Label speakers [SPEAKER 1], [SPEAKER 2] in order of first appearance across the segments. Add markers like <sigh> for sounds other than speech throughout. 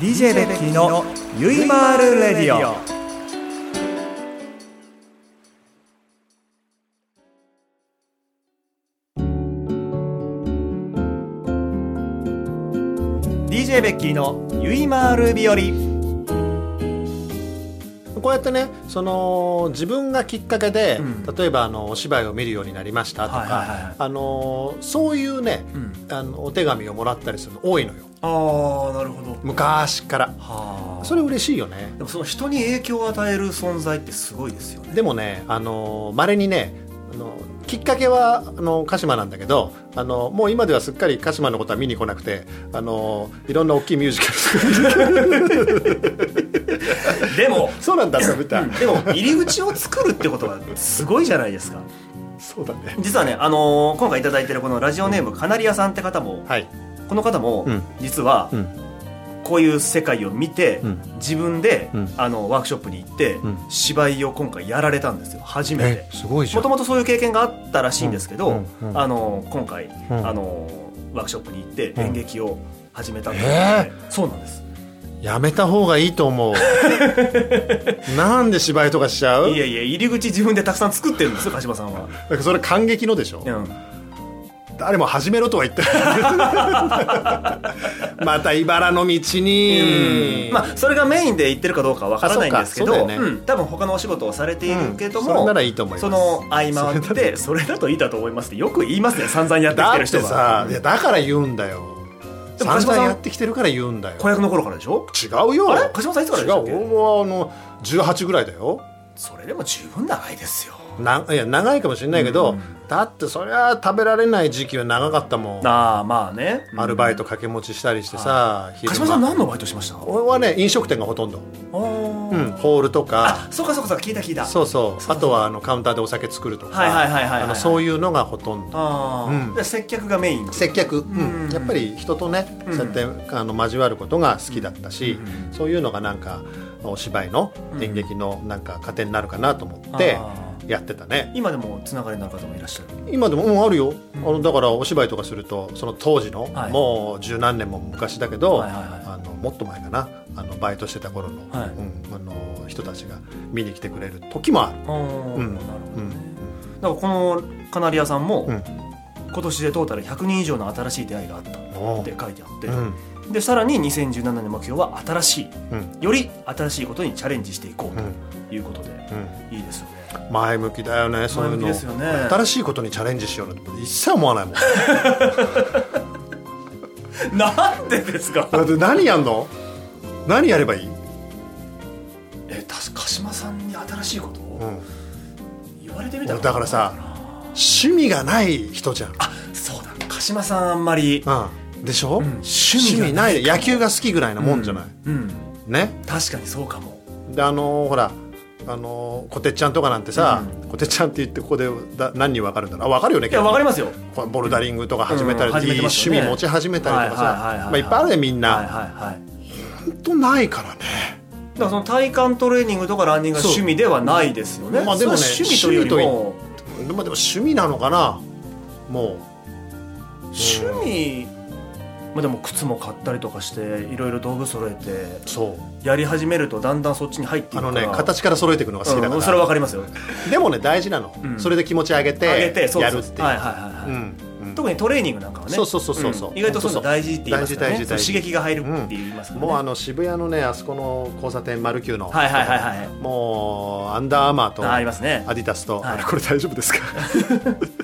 [SPEAKER 1] DJ ベッキーのゆいまるレディオベッキーのゆいまーる日和
[SPEAKER 2] こうやってねその自分がきっかけで、
[SPEAKER 1] うん
[SPEAKER 2] 例えばあのお芝居を見るようになりましたとか、
[SPEAKER 1] はいはいはい
[SPEAKER 2] あのそういうね、
[SPEAKER 1] うん
[SPEAKER 2] あのお手紙をもらったりするの多いのよ
[SPEAKER 1] ああなるほど
[SPEAKER 2] 昔から
[SPEAKER 1] はあ
[SPEAKER 2] それ嬉しいよね
[SPEAKER 1] でもその人に影響を与える存在ってすごいですよね
[SPEAKER 2] でもねあの稀にねあのきっかけはあの鹿島なんだけどあのもう今ではすっかり鹿島のことは見に来なくてあのいろんな大きいミュージカル
[SPEAKER 1] でも
[SPEAKER 2] <laughs> そうなんだって見た
[SPEAKER 1] でも入り口を作るってことがすごいじゃないですか
[SPEAKER 2] そうだね
[SPEAKER 1] 実はね、あのー今回いただいてるこのラジオネームカナリアさんって方も
[SPEAKER 2] はい
[SPEAKER 1] この方も
[SPEAKER 2] うん
[SPEAKER 1] 実は
[SPEAKER 2] うん
[SPEAKER 1] こういう世界を見て、
[SPEAKER 2] うん
[SPEAKER 1] 自分で、
[SPEAKER 2] うん
[SPEAKER 1] あのワークショップに行って、
[SPEAKER 2] うん
[SPEAKER 1] 芝居を今回やられたんですよ初めて
[SPEAKER 2] すごいじ
[SPEAKER 1] もともとそういう経験があったらしいんですけど、
[SPEAKER 2] うんうんうん
[SPEAKER 1] あの今回、
[SPEAKER 2] うん
[SPEAKER 1] あのワークショップに行って
[SPEAKER 2] ん
[SPEAKER 1] 演劇を始めたんで、
[SPEAKER 2] え
[SPEAKER 1] そうなんです
[SPEAKER 2] やめた方がいいと思う
[SPEAKER 1] <laughs>
[SPEAKER 2] なんで芝居とかしちゃう
[SPEAKER 1] いやいや入り口自分でたくさん作ってるんですよ鹿島さんは、
[SPEAKER 2] だからそれ感激のでしょ
[SPEAKER 1] うん、
[SPEAKER 2] 誰も始めろとは言ってな
[SPEAKER 1] <laughs>
[SPEAKER 2] いまた茨の道に、
[SPEAKER 1] まあ、それがメインで言ってるかどうかわからないんですけ
[SPEAKER 2] あそ
[SPEAKER 1] ど
[SPEAKER 2] うかそうだよね
[SPEAKER 1] うん多分他のお仕事をされているけども、
[SPEAKER 2] うんそれならいいと思います
[SPEAKER 1] その合間ってそれだといいだと思いますってよく言いますね散々やってき
[SPEAKER 2] だ
[SPEAKER 1] て
[SPEAKER 2] っ
[SPEAKER 1] る人
[SPEAKER 2] て
[SPEAKER 1] は
[SPEAKER 2] さいやだから言うんだよ
[SPEAKER 1] でも鹿島さん
[SPEAKER 2] 散々やってきてるから言うんだよ
[SPEAKER 1] 子役の頃からでしょ
[SPEAKER 2] 違うよ
[SPEAKER 1] あれ鹿島さんいつから
[SPEAKER 2] 違
[SPEAKER 1] で
[SPEAKER 2] う
[SPEAKER 1] したっけ
[SPEAKER 2] 俺もあの18ぐらいだよ
[SPEAKER 1] それでも十分長いですよ
[SPEAKER 2] ないや長いかもしれないけど、
[SPEAKER 1] うん
[SPEAKER 2] だってそりゃ食べられない時期は長かったもん
[SPEAKER 1] ああまあね
[SPEAKER 2] アルバイト掛け持ちしたりしてさ、昼
[SPEAKER 1] 鹿
[SPEAKER 2] 間
[SPEAKER 1] 島さん何のバイトしました
[SPEAKER 2] 俺はね飲食店がほとんど、う、
[SPEAKER 1] うん
[SPEAKER 2] ホールとか
[SPEAKER 1] あそうかそうかそうか聞いた聞いた
[SPEAKER 2] そうそうあとはあのカウンターでお酒作るとか
[SPEAKER 1] はいはいはいはいはい
[SPEAKER 2] あのそういうのがほとんど
[SPEAKER 1] あー、
[SPEAKER 2] うん
[SPEAKER 1] で接客がメイン
[SPEAKER 2] 接客、うん
[SPEAKER 1] うん
[SPEAKER 2] やっぱり人とね、
[SPEAKER 1] うん
[SPEAKER 2] そうやってあの交わることが好きだったし、
[SPEAKER 1] う
[SPEAKER 2] そういうのがなんかお芝居の
[SPEAKER 1] うん
[SPEAKER 2] 演劇のなんか糧になるかなと思って
[SPEAKER 1] あー
[SPEAKER 2] やってたね、
[SPEAKER 1] 今でもつながりのある方もいらっしゃる
[SPEAKER 2] 今でも、うん、あるよ、
[SPEAKER 1] うん
[SPEAKER 2] あのだからお芝居とかするとその当時の、
[SPEAKER 1] はい
[SPEAKER 2] もう十何年も昔だけど、
[SPEAKER 1] はいはいはい
[SPEAKER 2] あのもっと前かなあのバイトしてた頃の,、
[SPEAKER 1] はい
[SPEAKER 2] うん、あの人たちが見に来てくれる時もある。
[SPEAKER 1] あー
[SPEAKER 2] うん
[SPEAKER 1] なるほ
[SPEAKER 2] う
[SPEAKER 1] ど
[SPEAKER 2] ん
[SPEAKER 1] ね、だからこのカナリアさんも、
[SPEAKER 2] うん
[SPEAKER 1] 今年でトータル100人以上の新しい出会いがあったっ
[SPEAKER 2] お
[SPEAKER 1] て
[SPEAKER 2] ー
[SPEAKER 1] 書いてあって、
[SPEAKER 2] うん
[SPEAKER 1] でさらに2017年の目標は新しい
[SPEAKER 2] うん
[SPEAKER 1] より新しいことにチャレンジしていこ
[SPEAKER 2] うん
[SPEAKER 1] うということで、
[SPEAKER 2] うん
[SPEAKER 1] いいですよね
[SPEAKER 2] 前向きだよねそういうの
[SPEAKER 1] 前向きですよね
[SPEAKER 2] 新しいことにチャレンジしようなんて一切思わない
[SPEAKER 1] <laughs>
[SPEAKER 2] もん
[SPEAKER 1] なんでですか
[SPEAKER 2] だって何やんの何やればいい、
[SPEAKER 1] えた鹿島さんに新しいこと
[SPEAKER 2] う
[SPEAKER 1] を
[SPEAKER 2] ん、
[SPEAKER 1] 言われてみた
[SPEAKER 2] だからさ趣味がない人じゃん、
[SPEAKER 1] あそうだ鹿島さんあんまり、
[SPEAKER 2] うん、でしょ、
[SPEAKER 1] うん
[SPEAKER 2] 趣
[SPEAKER 1] 味
[SPEAKER 2] 味
[SPEAKER 1] が
[SPEAKER 2] ない野球が好きぐらいなもんじゃない、
[SPEAKER 1] うんうん
[SPEAKER 2] ね
[SPEAKER 1] 確かにそうかも
[SPEAKER 2] であのーほらあのーこてっちゃんとかなんてさ、こてっちゃんって言ってここでだ何人分かるんだろうあ分かるよね
[SPEAKER 1] いやわかり
[SPEAKER 2] ま
[SPEAKER 1] ますよ
[SPEAKER 2] すボルダリングとか始めたり、
[SPEAKER 1] うん始め
[SPEAKER 2] いい
[SPEAKER 1] てます
[SPEAKER 2] 趣
[SPEAKER 1] よね
[SPEAKER 2] 味持ち始めたりとかさ、
[SPEAKER 1] はいはいはいはい
[SPEAKER 2] まあ、いっぱいあるねみんな、
[SPEAKER 1] はいはいはい
[SPEAKER 2] 本当ないからね
[SPEAKER 1] だからその体幹トレーニングとかランニングが趣味ではないですよね。
[SPEAKER 2] そうまあでもね
[SPEAKER 1] それは趣味というよりも
[SPEAKER 2] でもでも趣味なのかなも
[SPEAKER 1] 趣味,、まあでも靴も買ったりとかしていろいろ道具揃えて
[SPEAKER 2] うそう
[SPEAKER 1] やり始めるとだんだんそっちに入ってい
[SPEAKER 2] あ
[SPEAKER 1] くから。
[SPEAKER 2] のね形から揃えていくのが好きだから、
[SPEAKER 1] うんそれはわかりますよ。
[SPEAKER 2] でもね大事なの、
[SPEAKER 1] うん
[SPEAKER 2] それで気持ち上げて
[SPEAKER 1] 上げてそう
[SPEAKER 2] や
[SPEAKER 1] そ
[SPEAKER 2] る
[SPEAKER 1] う
[SPEAKER 2] っていう、
[SPEAKER 1] はいはいはいはい。
[SPEAKER 2] うんうん
[SPEAKER 1] 特にトレーニングなんかはね。
[SPEAKER 2] そうそうそうそうそうん
[SPEAKER 1] 意外とそういうの大事って言いますからね。
[SPEAKER 2] 大事大事大事
[SPEAKER 1] そう刺激が入るって言いますからね。
[SPEAKER 2] もうあの渋谷のねあそこの交差点丸九の、
[SPEAKER 1] はいはいはいはい。
[SPEAKER 2] もうアンダーアーマーと
[SPEAKER 1] ああ
[SPEAKER 2] ア
[SPEAKER 1] りますね。
[SPEAKER 2] ディダスと、
[SPEAKER 1] はい
[SPEAKER 2] あれこれ大丈夫ですか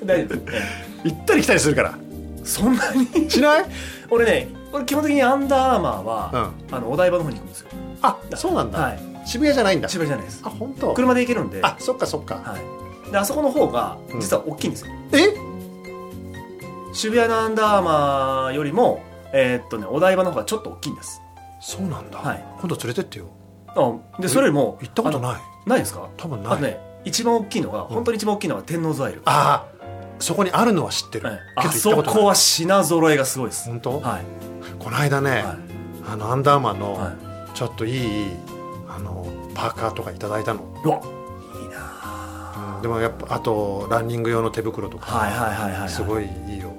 [SPEAKER 1] 大丈夫です。え
[SPEAKER 2] 行ったり来たりするから
[SPEAKER 1] えそんなに <laughs>
[SPEAKER 2] しない
[SPEAKER 1] 俺ね、俺基本的にアンダーアーマーは、あのお台場の方に行くんですよ。
[SPEAKER 2] あそうなんだ、
[SPEAKER 1] はい。
[SPEAKER 2] 渋谷じゃないんだ
[SPEAKER 1] 千葉じゃないです
[SPEAKER 2] あ本当
[SPEAKER 1] 車で行けるんで
[SPEAKER 2] あそっかそっか
[SPEAKER 1] はい、であそこの方が
[SPEAKER 2] うん
[SPEAKER 1] 実は大きいんですよ、
[SPEAKER 2] え
[SPEAKER 1] 渋谷のアンダーアーマーよりもえーっとねお台場の方がちょっと大きいんです
[SPEAKER 2] そうなんだ、
[SPEAKER 1] はい
[SPEAKER 2] 今度連れてってよ
[SPEAKER 1] あでそれよりも
[SPEAKER 2] 行ったこと
[SPEAKER 1] い
[SPEAKER 2] ない
[SPEAKER 1] ないですか
[SPEAKER 2] 多分
[SPEAKER 1] あ
[SPEAKER 2] な
[SPEAKER 1] と
[SPEAKER 2] い、
[SPEAKER 1] ね一番大きいのが、本当に一番大きいのが天王洲アイル、
[SPEAKER 2] ああそこにあるのは知ってる、
[SPEAKER 1] はい
[SPEAKER 2] け
[SPEAKER 1] あ
[SPEAKER 2] ど
[SPEAKER 1] そ
[SPEAKER 2] 行ったこと
[SPEAKER 1] こ
[SPEAKER 2] ない
[SPEAKER 1] は品揃えがすごいです
[SPEAKER 2] 本当、
[SPEAKER 1] はい
[SPEAKER 2] この間ね、
[SPEAKER 1] は
[SPEAKER 2] あのアンダーマンの、
[SPEAKER 1] いはい
[SPEAKER 2] ちょっといいあのパーカーとかいただいたの、
[SPEAKER 1] うわいいなあ
[SPEAKER 2] でもやっぱあとランニング用の手袋とか
[SPEAKER 1] はいはいはいはい
[SPEAKER 2] すごいいいよ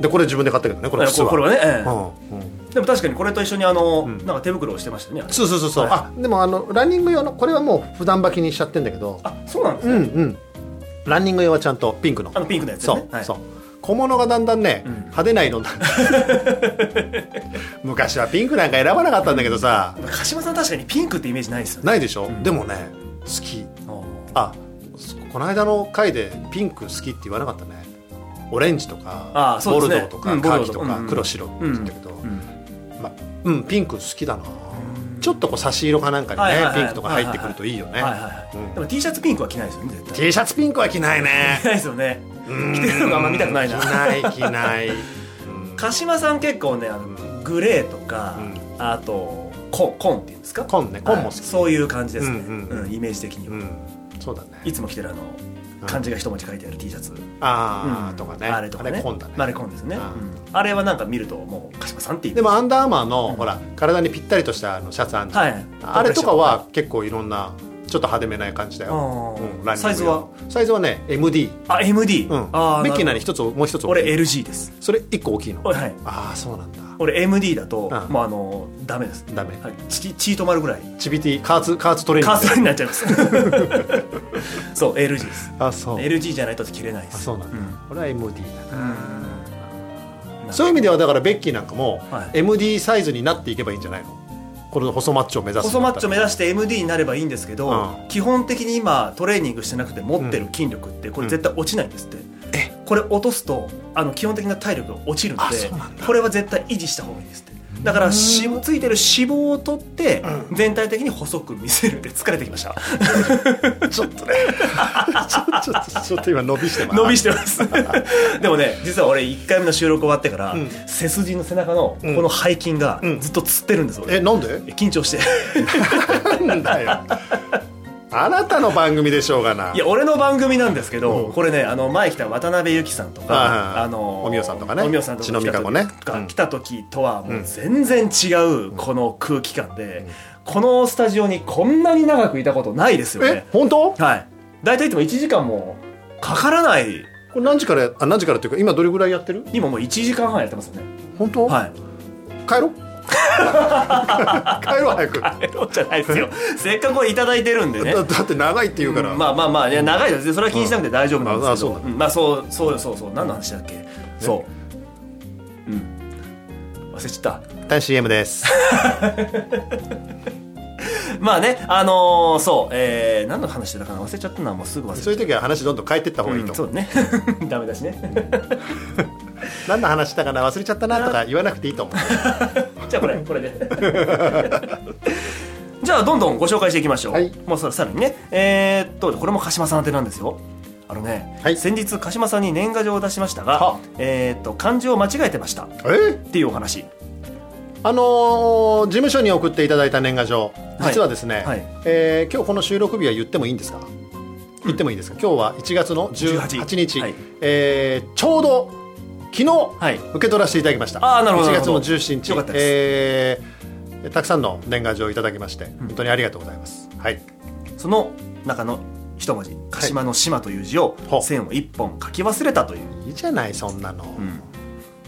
[SPEAKER 2] でこれ自分で買ったけどねこ
[SPEAKER 1] これ
[SPEAKER 2] れ靴は
[SPEAKER 1] これはね、ええ
[SPEAKER 2] うんうん
[SPEAKER 1] でも確かにこれと一緒にあの、
[SPEAKER 2] うん
[SPEAKER 1] なんか手袋をしてましたねあれ
[SPEAKER 2] そうそうそうそう、
[SPEAKER 1] は
[SPEAKER 2] あでもあのランニング用のこれはもう普段履きにしちゃってんだけど
[SPEAKER 1] あそうなんです
[SPEAKER 2] う
[SPEAKER 1] ね、
[SPEAKER 2] んうんランニング用はちゃんとピンクの
[SPEAKER 1] あのピンクのやつです
[SPEAKER 2] そ
[SPEAKER 1] ね
[SPEAKER 2] う、
[SPEAKER 1] はい
[SPEAKER 2] そう小物がだんだんね、
[SPEAKER 1] うん
[SPEAKER 2] 派手な色になる <laughs> 昔はピンクなんか選ばなかったんだけどさ
[SPEAKER 1] 鹿島さん確かにピンクってイメージないですよね
[SPEAKER 2] ないでしょ、
[SPEAKER 1] うん
[SPEAKER 2] でもね好き
[SPEAKER 1] あ
[SPEAKER 2] あそこの間の回でピンク好きって言わなかったねオレンジとか
[SPEAKER 1] あーそ
[SPEAKER 2] ボ
[SPEAKER 1] うで
[SPEAKER 2] ル
[SPEAKER 1] すね
[SPEAKER 2] ドーとか、
[SPEAKER 1] うんボ
[SPEAKER 2] カ
[SPEAKER 1] ル
[SPEAKER 2] ー
[SPEAKER 1] ドーと
[SPEAKER 2] キと
[SPEAKER 1] か
[SPEAKER 2] か、
[SPEAKER 1] うん
[SPEAKER 2] 黒白って言ったけど、
[SPEAKER 1] ーうん
[SPEAKER 2] まあ、うんピンク好きだな
[SPEAKER 1] うん
[SPEAKER 2] ちょっとこう差し色かなんかにね、
[SPEAKER 1] はいはいはい
[SPEAKER 2] ピンクとか入ってくるといいよね、
[SPEAKER 1] はいはいはい、
[SPEAKER 2] うん
[SPEAKER 1] でも T シャツピンクは着ないですよね絶対
[SPEAKER 2] T シャツピンクは着ないね
[SPEAKER 1] 着ないですよね
[SPEAKER 2] 着
[SPEAKER 1] <laughs> 着てるのがあんま見たくないな
[SPEAKER 2] 着ない着ない、うん
[SPEAKER 1] 鹿島さん結構ねあの
[SPEAKER 2] うん
[SPEAKER 1] グレーとか、
[SPEAKER 2] う
[SPEAKER 1] あとコンコンっていうんですか
[SPEAKER 2] コンねコンも好
[SPEAKER 1] はい
[SPEAKER 2] き、
[SPEAKER 1] そういう感じですね、う
[SPEAKER 2] う
[SPEAKER 1] んん
[SPEAKER 2] うんうん
[SPEAKER 1] イメージ的には、
[SPEAKER 2] うん、そうだね
[SPEAKER 1] いつも着てるあの漢字が一文字書いてある T シャツ、
[SPEAKER 2] ああ、
[SPEAKER 1] うん
[SPEAKER 2] とかね
[SPEAKER 1] あれとかね
[SPEAKER 2] コンだね
[SPEAKER 1] あれコンですね、
[SPEAKER 2] うん
[SPEAKER 1] うんあれはなんか見るともう鹿島さんっていう
[SPEAKER 2] でもアンダーアーマーの、
[SPEAKER 1] うん
[SPEAKER 2] ほら体にぴったりとしたあのシャツあんじゃん
[SPEAKER 1] はい
[SPEAKER 2] あれとかは結構いろんなちょっと派手めな感じだよ、うん
[SPEAKER 1] う
[SPEAKER 2] ラ
[SPEAKER 1] ん
[SPEAKER 2] ンニング用
[SPEAKER 1] サイズは
[SPEAKER 2] サイズはね MD、
[SPEAKER 1] あ MD、
[SPEAKER 2] うん、
[SPEAKER 1] あ
[SPEAKER 2] ベッキーな
[SPEAKER 1] る
[SPEAKER 2] に一つもう一つ
[SPEAKER 1] ほど
[SPEAKER 2] 大きい
[SPEAKER 1] 俺 LG です
[SPEAKER 2] それ一個大きいの
[SPEAKER 1] 俺はい
[SPEAKER 2] ああそうなんだ
[SPEAKER 1] 俺 MD だと、
[SPEAKER 2] うん
[SPEAKER 1] もうあのダメです、
[SPEAKER 2] ダメ
[SPEAKER 1] はい、チチート丸ぐらい
[SPEAKER 2] チビティ加圧加圧トレーニン
[SPEAKER 1] カー
[SPEAKER 2] グ
[SPEAKER 1] ソルになっちゃいます
[SPEAKER 2] <laughs>
[SPEAKER 1] そう LG です
[SPEAKER 2] あそう
[SPEAKER 1] LG じゃないと着れないで
[SPEAKER 2] あ
[SPEAKER 1] す
[SPEAKER 2] そうなんだ、
[SPEAKER 1] ん
[SPEAKER 2] これは MD だな
[SPEAKER 1] うん
[SPEAKER 2] そういう意味ではだからベッキーなんかも、
[SPEAKER 1] はい
[SPEAKER 2] MD サイズになっていけばいいんじゃないのこの細マッチョを目指す
[SPEAKER 1] 細マッチョ目
[SPEAKER 2] 指
[SPEAKER 1] 指して MD になればいいんですけど、
[SPEAKER 2] うん
[SPEAKER 1] 基本的に今トレーニングしてなくて持ってる筋力ってこれ絶対落ちないんですって、これ落とすとあの基本的な体力が落ちるの
[SPEAKER 2] あ
[SPEAKER 1] で
[SPEAKER 2] そうなんだ
[SPEAKER 1] これは絶対維持した方がいいですってだから脂肪ついてる脂肪を取って全体的に細く見せるって疲れてきました
[SPEAKER 2] ちょっとねちょ <laughs> ちょちょちょっと今伸びしてます
[SPEAKER 1] 伸びしてます <laughs> でもね実は俺1回目の収録終わってから、
[SPEAKER 2] うん
[SPEAKER 1] 背筋の背中のこ
[SPEAKER 2] うん
[SPEAKER 1] の背筋が
[SPEAKER 2] うん
[SPEAKER 1] ずっとつってるんです俺、
[SPEAKER 2] えなんで
[SPEAKER 1] 緊張して <laughs>
[SPEAKER 2] なんだよあなたの番組でしょうがない
[SPEAKER 1] や俺の番組なんですけど、
[SPEAKER 2] うん
[SPEAKER 1] これねあの前来た渡辺由紀さんと
[SPEAKER 2] はいはいは
[SPEAKER 1] か
[SPEAKER 2] い
[SPEAKER 1] あの
[SPEAKER 2] おみおさんとかね
[SPEAKER 1] おみおさんとか
[SPEAKER 2] 篠
[SPEAKER 1] 来
[SPEAKER 2] 宮
[SPEAKER 1] た
[SPEAKER 2] 子
[SPEAKER 1] 時,、
[SPEAKER 2] ねうん
[SPEAKER 1] 来た時とはも
[SPEAKER 2] ん
[SPEAKER 1] う全然違うこの空気感で、このスタジオにこんなに長くいたことないですよ
[SPEAKER 2] え
[SPEAKER 1] ね
[SPEAKER 2] 本当こ
[SPEAKER 1] はい大体いつも1時間もかからない
[SPEAKER 2] れ何時からやあ何時からっていうか今どれぐらいやってる
[SPEAKER 1] 今もう1時間半やってますね
[SPEAKER 2] 本当、
[SPEAKER 1] はい
[SPEAKER 2] 帰
[SPEAKER 1] <laughs>
[SPEAKER 2] ろう帰ろう早くだ
[SPEAKER 1] エロじゃないです
[SPEAKER 2] <laughs>
[SPEAKER 1] よ。せっかくこれいただいてるんでね。
[SPEAKER 2] だって長いって言うから、
[SPEAKER 1] うんまあまあまあいや長いですそれは気にしなくて大丈夫なんですけど、
[SPEAKER 2] うんああそう
[SPEAKER 1] うんまあそうそうそうそう何の話だっけ、そううん忘れちゃっ
[SPEAKER 2] 一旦 CM です
[SPEAKER 1] たまあねあのーそう、えー、何の話してたかな忘れちゃったのはもうすぐ忘れち
[SPEAKER 2] そ
[SPEAKER 1] ゃっ
[SPEAKER 2] ういう時は話どんどん変えてった
[SPEAKER 1] た
[SPEAKER 2] 方がいいと
[SPEAKER 1] うんそ
[SPEAKER 2] 思、
[SPEAKER 1] ううね <laughs> ダメだしね
[SPEAKER 2] 何の話したかな忘れちゃったなとか言わなくていいと思
[SPEAKER 1] <laughs>
[SPEAKER 2] う
[SPEAKER 1] じゃあこれこれで <laughs> じゃあどんどんご紹介していきましょう、
[SPEAKER 2] はい
[SPEAKER 1] もうささらにねえーっとこれも鹿島さん宛てなんですよあのね、
[SPEAKER 2] はい
[SPEAKER 1] 先日鹿島さんに年賀状を出しましたが
[SPEAKER 2] は、
[SPEAKER 1] えーっと漢字を間違えてました
[SPEAKER 2] え
[SPEAKER 1] っていうお話
[SPEAKER 2] あのー事務所に送っていただいた年賀状
[SPEAKER 1] はい
[SPEAKER 2] 実はですね、
[SPEAKER 1] はい
[SPEAKER 2] えー今日この収録日は言ってもいいんですか、言ってもいいですか今日は1月の18
[SPEAKER 1] 18
[SPEAKER 2] 日、
[SPEAKER 1] はい
[SPEAKER 2] えーちょうど昨日、
[SPEAKER 1] はい
[SPEAKER 2] 受け取らせていただきました
[SPEAKER 1] あーなるほど
[SPEAKER 2] 1
[SPEAKER 1] なる
[SPEAKER 2] 月
[SPEAKER 1] ほど
[SPEAKER 2] の17日
[SPEAKER 1] よかったです
[SPEAKER 2] えーたくさんの年賀状をいただきまして、本当にありがとうございますはい
[SPEAKER 1] その中の一文字「鹿島の島」という字を
[SPEAKER 2] ほう
[SPEAKER 1] 線を一本書き忘れたという、
[SPEAKER 2] いいじゃないそんなの、
[SPEAKER 1] うん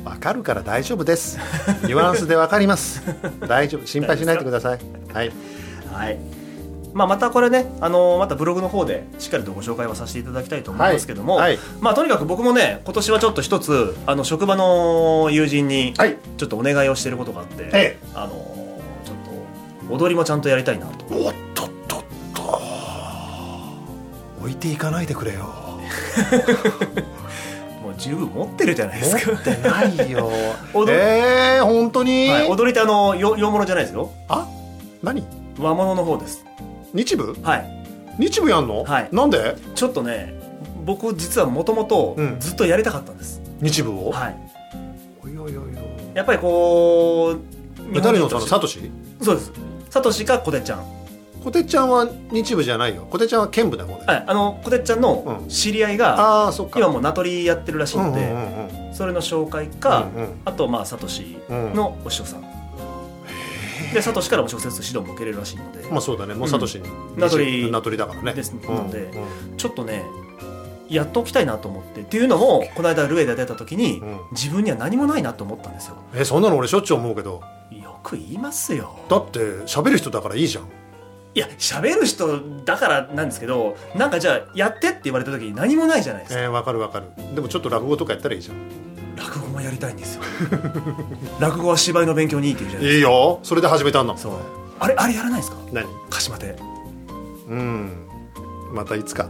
[SPEAKER 2] わかるから大丈夫です。ニュアンスでわかり
[SPEAKER 1] <laughs>
[SPEAKER 2] ます。大丈夫、心配しないでください。はい。
[SPEAKER 1] はいまあ、またこれね、あのーまたブログの方でしっかりとご紹介はさせていただきたいと思いますけども、
[SPEAKER 2] はいはい
[SPEAKER 1] まあ、とにかく僕もね今年はちょっと一つあの職場の友人に
[SPEAKER 2] はい
[SPEAKER 1] ちょっとお願いをしていることがあって、
[SPEAKER 2] ええ
[SPEAKER 1] あのーちょっと踊りもちゃんとやりたいなと
[SPEAKER 2] おっとっとっと。置いていかないでくれよ。
[SPEAKER 1] もう十分持ってるじゃないですか
[SPEAKER 2] 持ってないよ
[SPEAKER 1] <laughs> 踊。る
[SPEAKER 2] ええー、本当に。
[SPEAKER 1] はい、踊りってあのよ洋物じゃないですよ
[SPEAKER 2] あ、何？
[SPEAKER 1] 和物の方です
[SPEAKER 2] 日部？
[SPEAKER 1] はい
[SPEAKER 2] 日部やんの？
[SPEAKER 1] はい
[SPEAKER 2] なんで？
[SPEAKER 1] ちょっとね僕実はもともと
[SPEAKER 2] うん
[SPEAKER 1] ずっとやりたかったんです、
[SPEAKER 2] 日部を？
[SPEAKER 1] はい
[SPEAKER 2] おいおいおい
[SPEAKER 1] やっぱりこ
[SPEAKER 2] お
[SPEAKER 1] う
[SPEAKER 2] い。誰のその
[SPEAKER 1] 日本
[SPEAKER 2] サトシ？
[SPEAKER 1] 人としてそうですサトシかコテちゃん、はい、
[SPEAKER 2] 小手ちゃんは日部じゃないよ。小手ちゃんは剣部だもんね。
[SPEAKER 1] あのコテちゃんの
[SPEAKER 2] うん
[SPEAKER 1] 知り合いが、
[SPEAKER 2] ああ、そっか。
[SPEAKER 1] 今もう名取やってるらしいので、
[SPEAKER 2] うんうんうんうん
[SPEAKER 1] それの紹介か、
[SPEAKER 2] うんうん
[SPEAKER 1] あとまあサトシ
[SPEAKER 2] うん
[SPEAKER 1] のお師匠さん、でサトシからも直接指導も受けれるらしいので、
[SPEAKER 2] まあそうだね。もうサトシに。
[SPEAKER 1] 名取
[SPEAKER 2] 名取だからね。
[SPEAKER 1] です
[SPEAKER 2] うん
[SPEAKER 1] なので
[SPEAKER 2] うん
[SPEAKER 1] ちょっとねやっときたいなと思ってっていうのもこの間ルエダ出た時に、
[SPEAKER 2] うん
[SPEAKER 1] 自分には何もないなと思ったんですよ
[SPEAKER 2] えそんなの俺しょっちゅう思うけど
[SPEAKER 1] く言いますよ
[SPEAKER 2] だって喋る人だからいいじゃん
[SPEAKER 1] いや喋る人だからなんですけどなんかじゃあやってって言われた時に何もないじゃないですか、
[SPEAKER 2] えーわかるわかるでもちょっと落語とかやったらいいじゃん
[SPEAKER 1] 落語もやりたいんですよ <laughs> 落語は芝居の勉強にいいって言うじゃないで
[SPEAKER 2] いいよそれで始めたんだもん
[SPEAKER 1] すかそうあれあれやらないですか
[SPEAKER 2] 何
[SPEAKER 1] 鹿島で
[SPEAKER 2] うんまたい <laughs> つか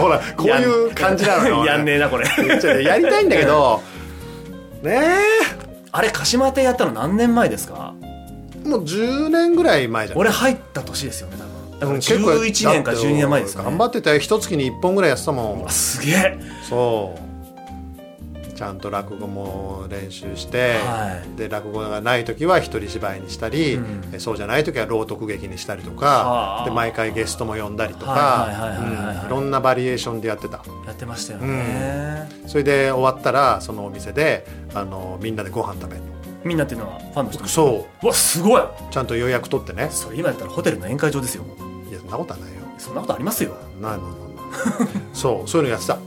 [SPEAKER 2] ほらこういう感じなのよ
[SPEAKER 1] やんねえなこれ
[SPEAKER 2] 俺ちょっとやりたいんだけど <laughs> ね
[SPEAKER 1] <laughs> あれ鹿島亭やったの何年前ですか
[SPEAKER 2] えもう10年ぐらい前じゃん
[SPEAKER 1] 俺入った年ですよね多分だから
[SPEAKER 2] 結構やっ
[SPEAKER 1] 11年か12年前ですよね
[SPEAKER 2] 頑張ってたよ一月に1本ぐらいやってたもん
[SPEAKER 1] あすげえ
[SPEAKER 2] そうちゃんと落語も練習して、
[SPEAKER 1] は
[SPEAKER 2] で落語がない時は一人芝居にしたり、
[SPEAKER 1] うん
[SPEAKER 2] えそうじゃない時は朗読劇にしたりと
[SPEAKER 1] は
[SPEAKER 2] か
[SPEAKER 1] あ
[SPEAKER 2] で毎回ゲストも呼んだりとか
[SPEAKER 1] はいはいはいはいはいはい
[SPEAKER 2] うんいろんなバリエーションでやってた
[SPEAKER 1] やってましたよね、
[SPEAKER 2] それで終わったらそのお店であのみんなでご飯食べる
[SPEAKER 1] みんなっていうのはファンの人
[SPEAKER 2] そう
[SPEAKER 1] わすごいう
[SPEAKER 2] ちゃんと予約取ってね
[SPEAKER 1] それ今やったらホテルの宴会場ですよ
[SPEAKER 2] いやそんなことはないよ
[SPEAKER 1] そんなことありますよ
[SPEAKER 2] ない <laughs> ないないないそうそういうのやってた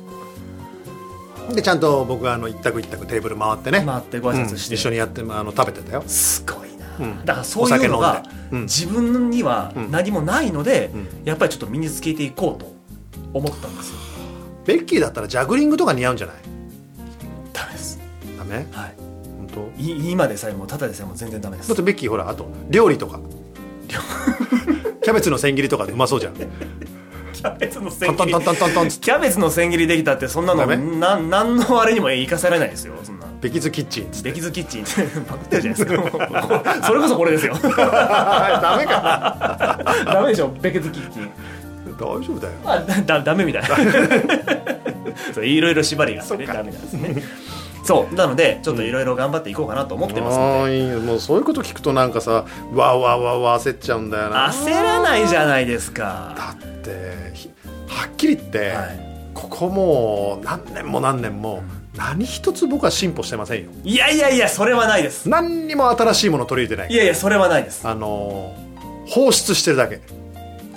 [SPEAKER 2] でちゃんと僕はあの一択一択テーブル回ってね、
[SPEAKER 1] 回ってご挨拶し
[SPEAKER 2] うん一緒
[SPEAKER 1] て、
[SPEAKER 2] にやってあの食べてたよ
[SPEAKER 1] すごいな、
[SPEAKER 2] うん
[SPEAKER 1] だからそういうのが
[SPEAKER 2] お酒飲んでうん
[SPEAKER 1] 自分には何もないので、
[SPEAKER 2] うん
[SPEAKER 1] やっぱりちょっと身につけていこうと思ったんですよ
[SPEAKER 2] ベッキーだったらジャグリングとか似合うんじゃない
[SPEAKER 1] ダメです
[SPEAKER 2] ダメ
[SPEAKER 1] はい
[SPEAKER 2] 本当
[SPEAKER 1] い今でさえもただでさえも全然ダメです
[SPEAKER 2] だってベッキーほらあと料理
[SPEAKER 1] <laughs>
[SPEAKER 2] とかキャベツの千切りとかでうまそうじゃ
[SPEAKER 1] <laughs>
[SPEAKER 2] ん
[SPEAKER 1] キャベツの千
[SPEAKER 2] トント
[SPEAKER 1] 切
[SPEAKER 2] ン
[SPEAKER 1] り
[SPEAKER 2] トントントントンつって
[SPEAKER 1] キャベツの千切りできたってそんなの
[SPEAKER 2] ダメ
[SPEAKER 1] な何のあれにも生かされないですよそんな
[SPEAKER 2] ベキズキッチ
[SPEAKER 1] <laughs>
[SPEAKER 2] ンつって
[SPEAKER 1] ベキズキッチンって
[SPEAKER 2] <laughs>
[SPEAKER 1] パクってるじゃ <laughs> ないですかそれこそこれですよ
[SPEAKER 2] ダメか
[SPEAKER 1] ダメでしょベキズキッチン
[SPEAKER 2] 大丈夫だよ
[SPEAKER 1] あだ <laughs> だダメみ
[SPEAKER 2] <laughs>
[SPEAKER 1] たいなそういろいろ縛りがあってねダメなんですねそうなのでちょっといろいろ頑張っていこうかなと思ってますの
[SPEAKER 2] あーいいよもうそういうこと聞くとなんかさわわわわ焦っちゃうんだよ
[SPEAKER 1] で
[SPEAKER 2] な
[SPEAKER 1] 焦らないじゃないですか
[SPEAKER 2] だってひはっきり言って、
[SPEAKER 1] は
[SPEAKER 2] ここもう何年も何年も何一つ僕は進歩してませんよ
[SPEAKER 1] いいやいやいやそれはないです
[SPEAKER 2] 何にも新しいもの取り入れて
[SPEAKER 1] い
[SPEAKER 2] ない
[SPEAKER 1] やいやそれはないです
[SPEAKER 2] あのー放出してるだけ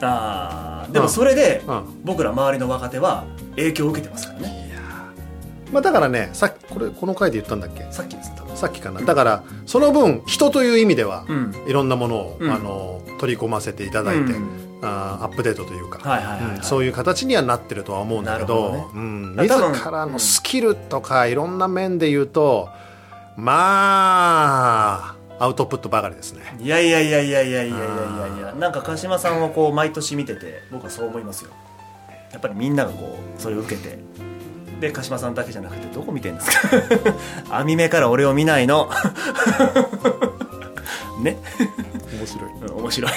[SPEAKER 1] あーでもそれで
[SPEAKER 2] うん
[SPEAKER 1] 僕ら周りの若手は影響を受けてますからね
[SPEAKER 2] まあだからねさっきこれこの回で言ったんだっけ
[SPEAKER 1] さっきです多分
[SPEAKER 2] さっきかなだからその分人という意味では、
[SPEAKER 1] うん
[SPEAKER 2] いろんなものを、
[SPEAKER 1] うん
[SPEAKER 2] あの取り込ませていただいて、
[SPEAKER 1] うん
[SPEAKER 2] あーアップデートというか、
[SPEAKER 1] はいはいはいはい
[SPEAKER 2] うんそういう形にはなってるとは思うんだけど
[SPEAKER 1] なるほ
[SPEAKER 2] うん、
[SPEAKER 1] だから多分
[SPEAKER 2] 自らのスキルとかいろんな面で言うとまあアウトプットばかりですね。
[SPEAKER 1] いやいやいやいやいやいやいやいやい
[SPEAKER 2] あ
[SPEAKER 1] やなんか鹿島さんをこう毎年見てて僕はそう思いますよやっぱりみんながこうそれを受けてで鹿島さんだけじゃなくてどこ見てんですか <laughs> 網目から俺を見ないの <laughs> ね
[SPEAKER 2] 面白い
[SPEAKER 1] うん面
[SPEAKER 2] <laughs>
[SPEAKER 1] 白い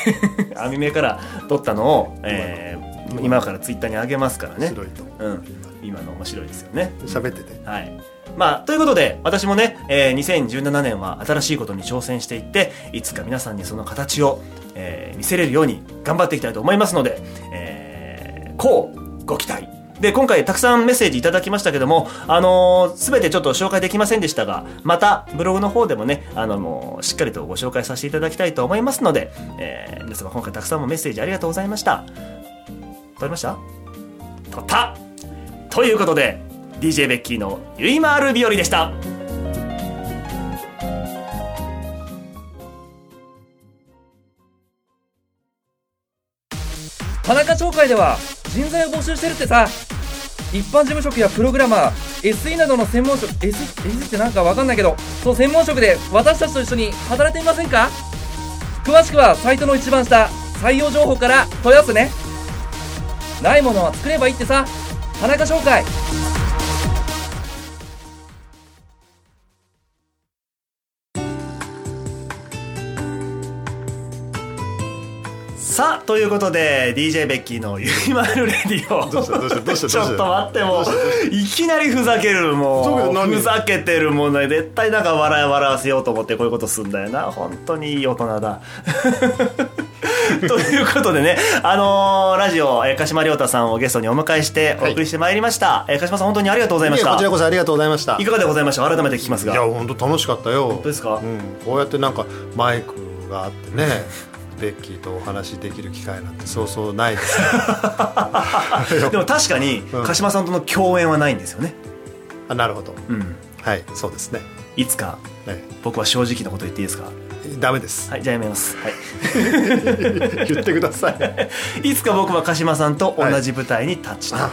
[SPEAKER 1] 網目から撮ったのを、えー今からツイッターに上げますから
[SPEAKER 2] 面
[SPEAKER 1] ね
[SPEAKER 2] 白いと、
[SPEAKER 1] うん今の面白いですよね
[SPEAKER 2] 喋ってて
[SPEAKER 1] はい。まあ、ということで、私もね、えー2017年は新しいことに挑戦していって、いつか皆さんにその形を、えー見せれるように頑張っていきたいと思いますので、えー、こう、ご期待。で、今回たくさんメッセージいただきましたけども、あのすべてちょっと紹介できませんでしたが、またブログの方でもね、あの、もうしっかりとご紹介させていただきたいと思いますので、えー皆様今回たくさんもメッセージありがとうございました。撮りました撮ったということで DJ ベッキーの「ゆいまーる日和」でした。
[SPEAKER 3] 田中町会では人材を募集してるってさ一般事務職やプログラマー SE などの専門職 SE, SE ってなんかわかんないけどそう専門職で私たちと一緒に働いてみませんか詳しくはサイトの一番下採用情報から問い合わせねないものは作ればいいってさ田中商会
[SPEAKER 1] さあということで DJ ベッキーの「ゆいまーるレディオ」
[SPEAKER 2] どうしたどうしたどうした
[SPEAKER 1] ちょっと待っても
[SPEAKER 2] どうしたどう
[SPEAKER 1] ういきなりふざけるも
[SPEAKER 2] そううだよ何
[SPEAKER 1] ふざけてるもんね絶対なんか笑い笑わせようと思ってこういうことすんだよな本当にいい大人だということでね、あのーラジオ、えー鹿島亮太さんをゲストにお迎えしてお送りしてまいりました。えー鹿島さん、本当にありがとうございまし
[SPEAKER 2] いや
[SPEAKER 1] た。
[SPEAKER 2] こちらこそありがとうございました
[SPEAKER 1] いかがでございました改めて聞きますが。
[SPEAKER 2] いや本当楽しかったよ本
[SPEAKER 1] 当ですか
[SPEAKER 2] うん、こうやってなんかマイクがあってねベッキーとお話しできる機会なんてそうそうないです
[SPEAKER 1] <laughs>
[SPEAKER 2] よ
[SPEAKER 1] でも確かに
[SPEAKER 2] うん
[SPEAKER 1] 鹿島さんとの共演はないんですよね。
[SPEAKER 2] あなるほど
[SPEAKER 1] うん。
[SPEAKER 2] はいそうですね
[SPEAKER 1] いつか
[SPEAKER 2] え
[SPEAKER 1] 僕は正直なこと言っていいですか
[SPEAKER 2] えダメ
[SPEAKER 1] <laughs>
[SPEAKER 2] です
[SPEAKER 1] はいじゃあやめます、はい、
[SPEAKER 2] 言ってください
[SPEAKER 1] いつか僕は鹿島さんと同じ舞台に立ちたい、
[SPEAKER 2] あ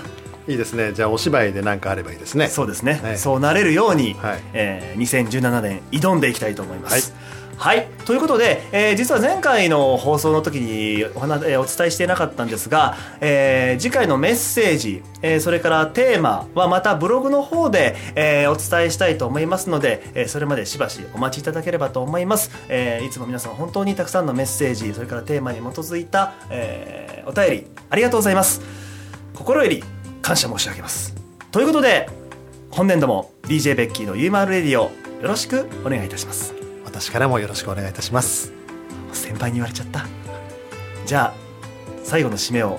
[SPEAKER 2] いいですねじゃあお芝居で何かあればいいですね
[SPEAKER 1] そうですね、
[SPEAKER 2] はい
[SPEAKER 1] そうなれるように、
[SPEAKER 2] はい
[SPEAKER 1] えー2017年挑んでいきたいと思います。はい、ということで、えー実は前回の放送の時にお話、えーお伝えしていなかったんですが、えー次回のメッセージ、えーそれからテーマはまたブログの方で、えーお伝えしたいと思いますので、えーそれまでしばしお待ちいただければと思います、えーいつも皆さん本当にたくさんのメッセージそれからテーマに基づいた、えーお便りありがとうございます心より感謝申し上げますということで本年度も DJ ベッキーの UMR レディオよろしくお願いいたします
[SPEAKER 2] 私からもよろしくお願いいたします
[SPEAKER 1] 先輩に言われちゃったじゃあ最後の締めを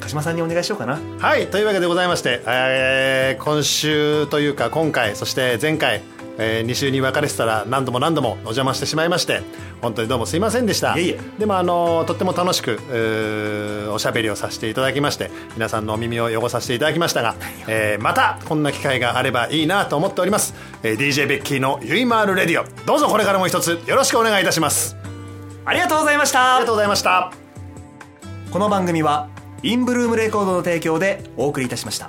[SPEAKER 1] 鹿島さんにお願いしようかな
[SPEAKER 2] はいというわけでございまして、えー今週というか今回そして前回、え2週に分かれてたら何度も何度もお邪魔してしまいまして本当にどうもすいませんでした
[SPEAKER 1] いえいえ
[SPEAKER 2] でもあのとっても楽しくえーおしゃべりをさせていただきまして皆さんのお耳を汚させていただきましたが、えーまたこんな機会があればいいなと思っております、えー DJ ベッキーのゆいまーるレディオどうぞこれからも一つよろしくお願いいたします
[SPEAKER 1] ありがとうございまし
[SPEAKER 2] あ
[SPEAKER 1] た
[SPEAKER 2] りがとうございました
[SPEAKER 1] この番組はインブルームレコードの提供でお送りいたしました